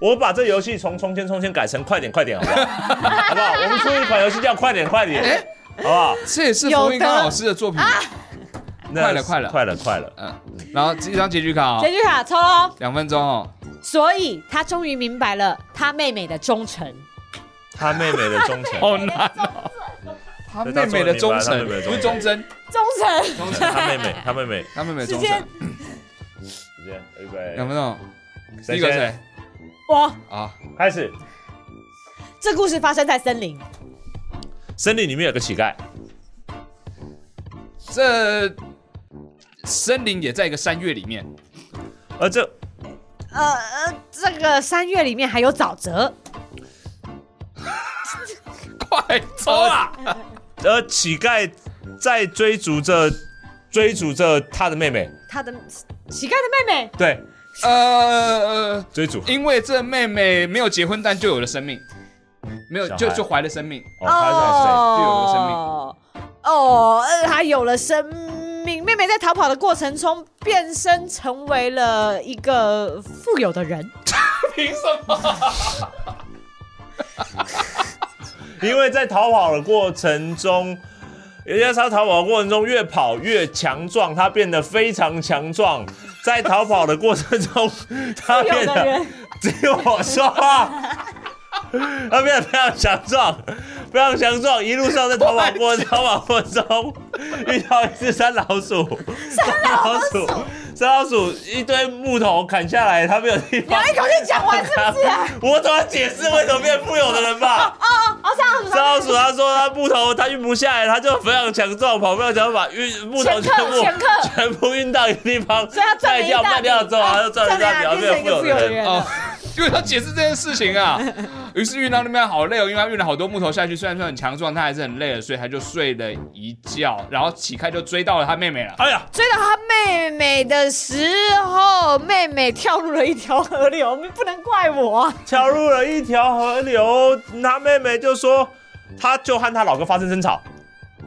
我把这游戏从冲签冲签改成快点快点，好不 好？好不好？我们出一款游戏叫快点快
哎
点，好不好？
这也是
有
冯云刚
的
老师的作品。
啊
那
快了快了
快了快了！
嗯，然后这张结局卡
结
哦，
局卡抽喽，
两分钟哦。
所以他终于明白了他妹妹的忠诚。
他妹妹的忠 诚，
好难哦。他妹妹的忠诚，
对
不
他
是
做
忠
得
贞，
忠诚，
忠诚，
他妹妹，他妹妹。
他妹妹
直
忠
接
诚。
时间预
两
备，
分钟，第
谁
一个
先
谁
我
啊？
开始？
这故事发生在森林，
森林里面有个乞丐，
这森林也在一个山岳里面，
而这
呃呃，这个三月里面还有沼泽，
快走啊啦！
而呃乞丐在追逐着追逐着他的妹妹，
他的乞丐的妹妹
对，
呃，
追逐。
因为这妹妹没有结婚，但就有了生命，没有
小孩
就就怀了生命。
哦，他
就有了生命
哦，呃，他有了生命。妹妹在逃跑的过程中变身成为了一个富有的人，
凭什么？
是谁？因为在逃跑的过程中，人家他逃跑的过程中越跑越强壮，他变得非常强壮。在逃跑的过程中，他
富有
变
的
得
人。
听我说 话，啊他变得非常强壮，非常强壮。一路上在逃跑 过逃跑过程中，遇到一只山老鼠，山老鼠，山老鼠一堆木头砍下来，他没有地
你
方
要。一口气讲完是不 是啊？
我总要解释为什么变富有的 人吧。
哦哦哦，三老鼠，
山老鼠他说他木头他运不下来，他就非常强壮，跑非常强，把运木头全部
前客前客
全部运到一个地方，
所以他赚
卖
了一
掉
大
卖掉之后，
笔
他就赚了一大笔，
啊
然后
变成
变
一个
富
富
有
有
的
的
人。
人
哦
了。，
因为他解释这件事情 啊，于是运到那边好累哦，因为他运了好多木头下去，虽然说很强壮，他还是很累了，所以他就睡了一觉，然后起开就追到了他妹妹了。
哎呀，
追到他妹妹的时候，妹妹跳入了一条河流，你不能怪我。啊
跳入了一条河流，他妹妹就说，他就和他老哥发生争吵，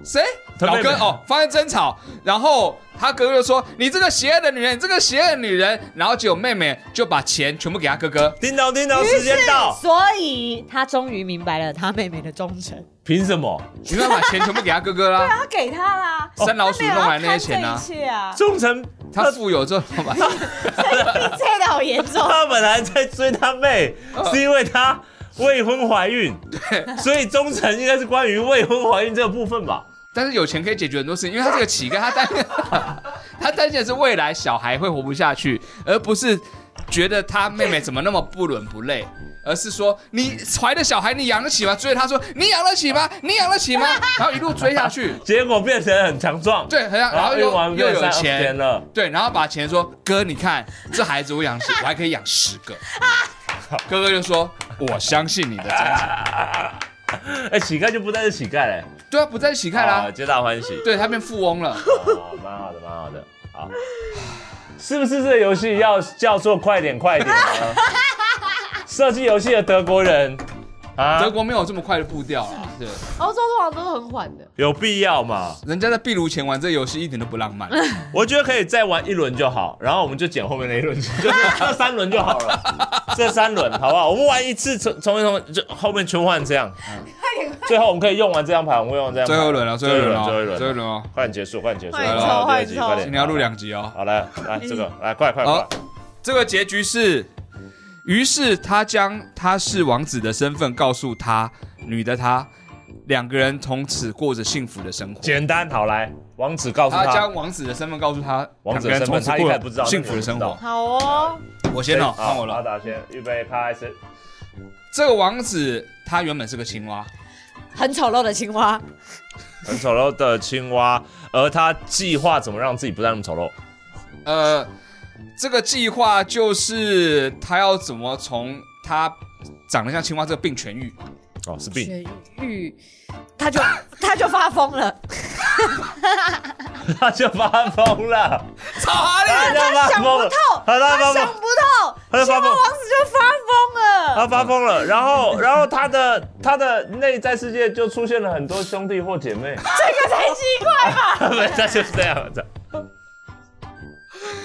谁？
他
老
妹妹
哥哦，发生争吵，然后他哥哥就说：“你这个邪恶的女人，你这个邪恶的女人。”然后结果妹妹就把钱全部给他哥哥。
叮咚叮咚，时间到，
所以他终于明白了他妹妹的忠诚，
凭什么？
你们把钱全部给他哥哥啦。
他给他啦。
三老鼠
他没有
弄
要
来那些
贪
钱啊，
这一 切啊，
忠诚，
他富有之后，老板
你这的好严重。
他本来在追他妹，是因为他未婚怀孕，所以忠诚应该是关于未婚怀孕这个部分吧。
但是有钱可以解决很多事情，因为他这个乞丐，他担他担心的是未来小孩会活不下去，而不是觉得他妹妹怎么那么不伦不类，而是说你怀的小孩你养得起吗？追着他说你养得起吗？你养得起吗？然后一路追下去，
结果变成很强壮，
对，很像，
然
然
后
后
啊又
又
玩
又有
三
钱
天，了，
对，然后把钱说哥，你看这孩子我养 起，我还可以养十个。哥哥就说：“我相信你的真
啊
诚。
哎，乞丐就不再是乞丐嘞，”
对啊，不再是乞丐啦
啊，，皆大欢喜，
对他变富翁了。
哦，蛮好的，蛮好的，好，是不是这个游戏要叫做快点快点呢？设计游戏的德国人啊
德，国没有这么快的步调啊啦，对，
欧洲通常哦都是很缓的，
有必要吗？
人家在壁炉前玩这游戏一点都不浪漫。
我觉得可以再玩一轮就好，然后我们就剪后面那一轮，就是这三轮就好了，这三轮好不好？我们玩一次，从从一从就后面全换这样，最后我们可以用完这张牌，我们会用这张牌，
最后一轮了，最后一轮了，
最后一轮，
最后一轮哦，
快点结束，快点结束，
快
点抽
好
快
第二集
点抽
快
今
点，
天要录两集哦。
好来来这个来快快快
好，这个结局是，于是他将他是王子的身份告诉他女的他，两个人从此过着幸福的生活。
简单好来，王子告诉
他
他
将王子的身份告诉他，
王子
两
的
个
身份
人从此
他一
过
开始不知啊道
了幸福的生
那个
活
不。
好哦。
我先了，
哎好
换我
阿
了。
达先预备开始，
这个王子他原本是个青蛙，
很丑陋的青蛙，
很丑陋的青蛙，而他计划怎么让自己不再那么丑陋，
呃，这个计划就是他要怎么从他长得像青蛙这个病痊愈。
哦是病，
痊愈，他就他就发疯了，
他就发疯了。
操哈利！
他
他想不
疯了，
透，
他他
他
发
想
疯，
不透，
他就
青
发
蛙
疯
王子就发 疯了。
他发疯了。然后，然后他的他的内在世界就出现了很多兄弟或姐 妹，
这个才奇怪吧？
他就是这样子。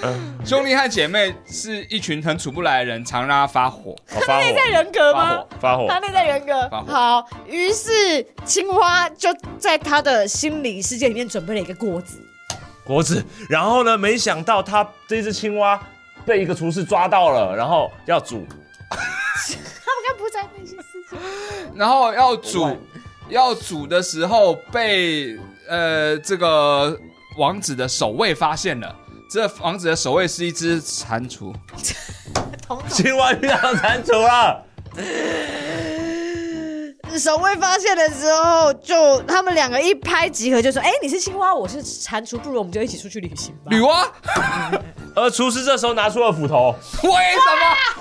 嗯
兄弟和姐妹是一群很处不来的人，常让他发火。
我发
内
火，
在人格
哦发
吗
火？，发火
他。内在人格
发火
好，于是青蛙就在他的心理世界里面准备了一个锅子，
果子，然后呢？没想到他这只青蛙被一个厨师抓到了，然后要煮。
他们该不在那些事情。
然后要
国外
煮，要煮的时候被呃这个王子的守卫发现了。这王子的守卫是一只蟾蜍，
啊
同 啊
青蛙遇到蟾蜍了，
正手被发现的时候，就他们两个一拍即合，就说：“哎、你是青蛙，我是蟾蜍，不如我们就一起出去旅行吧。
女娲，
而厨师这时候拿出了斧头，
为什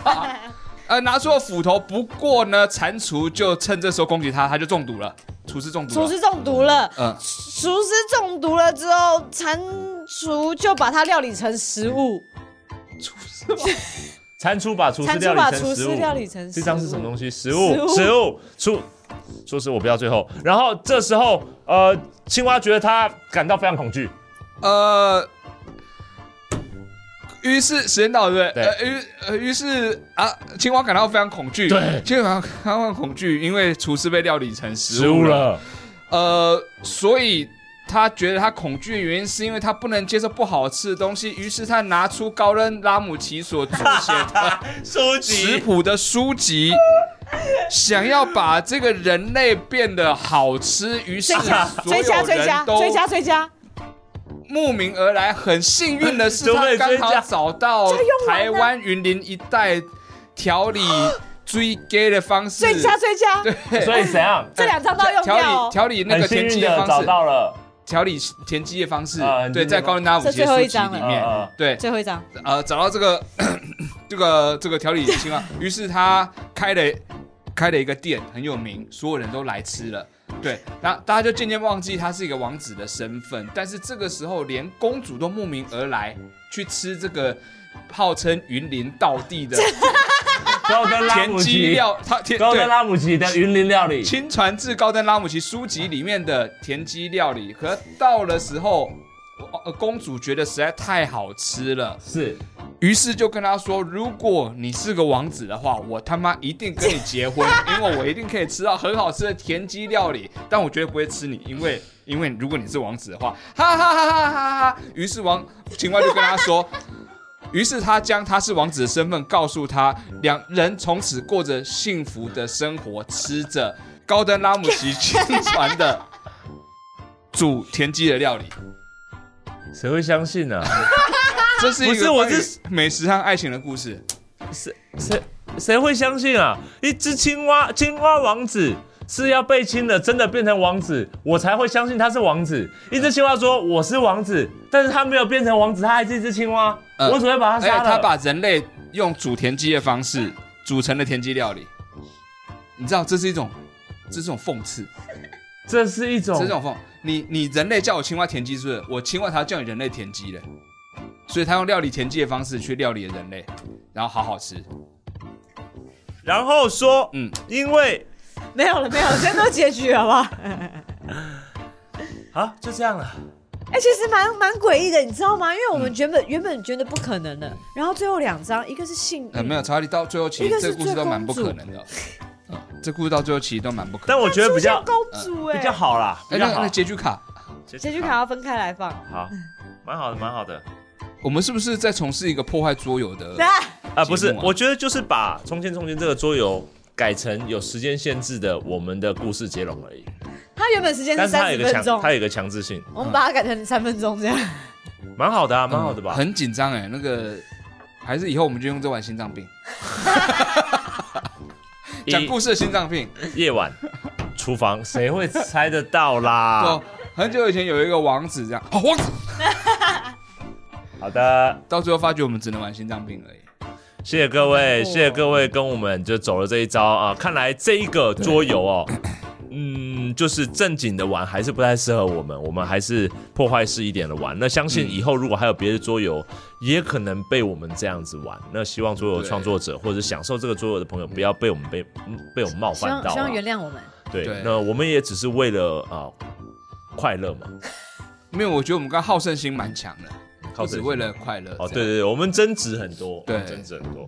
么？啊呃，拿出了斧头，不过呢，蟾蜍就趁这时候攻击他，他就中毒了，厨师中”毒
厨
了。
师中毒了，
嗯，
厨师中毒了之后，蟾蜍就把它料理成食物，
厨师吗？
蟾蜍把厨师
蟾
料
蜍
理
把
成
厨
食
师
物。
料理成食
这
物。
张是什么东西？食
物
物，食物，厨，厨师我不要最后。然后这时候，呃，青蛙觉得它感到非常恐惧，
呃，于是时间到了，对不对？
对
呃，于呃，于是啊，青蛙感到非常恐惧，
对
青蛙感到非常恐惧，因为厨师被料理成食
食
物
物
了。
了，
呃，所以他觉得他恐惧的原因是因为他不能接受不好吃的东西，于是他拿出高恩拉姆齐所著写的
书
食谱的书籍。想要把这个人类变得好吃，于是
追加
所有
追加追
人
加
都
追加追加，
慕名而来。很幸运的是，
都
他
被
刚
追
好
加
找到
这用完
台
了
湾云林一带调理追 gay 的方式，
追加追加，
所以怎样？
这两张都要用
调
掉
理
哦。
调理那
很
个
幸
田
运
鸡的
的
方
找
式。
到 了，
调理田鸡的方式，
啊田鸡
对，
的方
在高达姆
这
杰
最后
书
一
籍
张了
里面，
啊啊
对，
最后一张，
呃，找到这个 这个这个调理 青蛙，于是他开了开了一个店，很有名，所有人都来吃了。对，那大家就渐渐忘记他是一个王子的身份，但是这个时候连公主都慕名而来去吃这个号称云林道地的
高登拉
田
姆
鸡
奇，
料， 他田
高
对
登拉姆奇的云林料理，
亲传至高登拉姆齐书籍里面的田鸡料理，可到了时候，呃公主觉得实在太好吃了，
是
于是就跟他说：“如果你是个王子的话，我他妈一定跟你结 婚，因为我一定可以吃到很好吃的田鸡料理。但我绝对不会吃你，因为因为如果你是王子的话，哈哈哈哈哈哈。”于是王青蛙就跟他说。于是他将他是王子的身份告诉他，两人从此过着幸福的生活，吃着高登拉姆齐亲传 的煮田鸡的料理。
谁会相信啊呢？
这是一
不是
个
我
关于
是
美食和爱情的故事。
谁谁会相信啊？一只青蛙，青蛙王子是要被亲的，真的变成王子，我才会相信他是王子。一只青蛙说我是王子，但是他没有变成王子，他还是一只青蛙，
呃
我只会把他
而且
杀了。
他把人类用煮田鸡的方式煮成了田鸡料理，你知道这是一种，这是一种讽刺，
这是一种
这是一种讽。你你人类叫我青蛙田鸡是不是？我青蛙才叫你人类田鸡嘞。所以他用料理田鸡的方式去料理了人类，然后好好吃。
嗯
然后说，
嗯，
因为
没有了没有了，这都结局好不好？
啊，就这样了。
哎、其实蛮蛮诡异的，你知道吗？因为我
嗯
们原本、原本觉得不可能的，然后最后两张，一个是幸运，
嗯
呃，没有，查理到最后其
一个
实
是
这个故事都蛮不
醉公
可
主
能的。嗯，这故事到最后其实都蛮不可能。
但我觉得比较嗯
出现公主哎、
比较，好啦，
哎，
比较
那
好
那。结局卡，
结局卡要分开来放。
好，蛮好的，蛮好的。
我们是不是在从事一个破坏桌游的？
啊
啊，不
节
是
目啊，
我觉得就是把《冲前冲前》这个桌游改成有时间限制的我们的故事接龙而已，
它原本时间
但
是
是它
三
有一
十
个
分
强，
钟，
它有一个强制性，
我们把它改成三分钟这样。
蛮好的啊，蛮好的吧？
嗯很紧张哎，那个还是以后我们就用这玩心脏病。讲
一
故事的心脏病。
夜晚， 厨房谁会猜得到
就
啦？
很久以前有一个王子这样，哦，王子
好的，
到最后发觉我们只能玩心脏病而已。
谢谢各位，
难过
谢谢各位跟我们就走了这一招啊！看来这一个桌游 哦，嗯，就是正经的玩还是不太适合我们，我们还是破坏式一点的玩。那相
嗯
信以后如果还有别的桌游，也可能被我们这样子玩。那希望桌游
对
创作者或者享受这个桌游的朋友，不要被我们被嗯被我们冒
希
犯
望
到
希
啊
望。原谅我们。
对
对，
那我们也只是为了啊快乐嘛，
没有，我觉得我们刚好胜心蛮强的，
靠
就
自
只
己
为了快乐。这
哦，对
样，
对对，我们争执很多，
对
争执很多，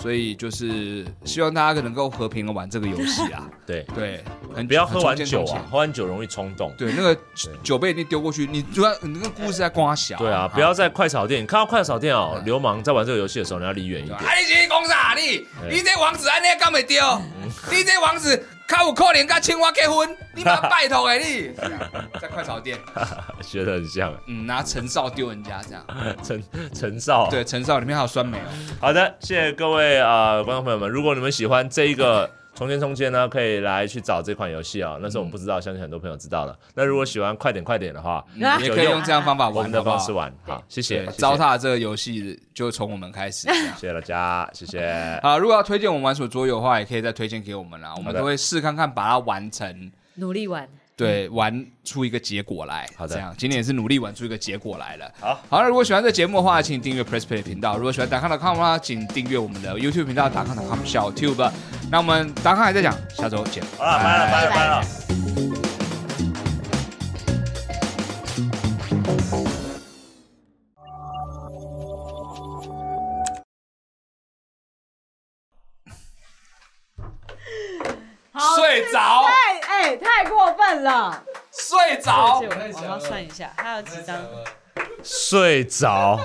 所以就是希望大家能够和平的玩这个游戏 啊。
对，
对，很
不要喝完
很
酒
重健
啊
康，
喝完酒容易冲动。
对，那个酒杯一定丢过去，你主要你那个故事在刮小。
对啊，不要在快炒店，你看到快炒店哦，流氓在玩这个游戏的时候，你要离远
嗯
一
对
点
吧。。啊，你是讲啥你？
对
你这王子安尼敢会丢？
嗯
你这王子较有可能跟青蛙结婚？你 妈拜托诶你！这样在快炒店，
学得很像啊
嗯，拿陈少丢人家这样。
陈陈少。啊
对，陈少里面还有酸梅哦。
好的，谢谢各位啊、呃观众朋友们，如果你们喜欢这一个从前从前呢，可以来去找这款游戏啊。那时候我们不知道，相信很多朋友知道了。那如果喜欢快点快点的话，
啊
嗯也可以用这样方法
我
玩
们的
好不好
方式玩。好，谢谢
对，，
谢谢
糟蹋这个游戏就从我们开始。这样
谢谢大家，谢谢。
好，如果要推荐我们玩什么桌游的话，也可以再推荐给我们啦，我们
的
都会试看看把它完成，
努力玩。
对，玩出一个结果来。
嗯好的
这样今天也是努力玩出一个结果来了。
好，
好，那如果喜欢这节目的话，请订阅 Press Play 频道；如果喜欢达康的 com 啦，请订阅我们的 YouTube 频道达康的 com 小 Tube。那我们达康还在讲，下周见。
好了，拜了，拜了，拜了。
好
睡着，
太哎，太过分了！
睡着
哦
对不起我我要算一下，还有几张？
睡着。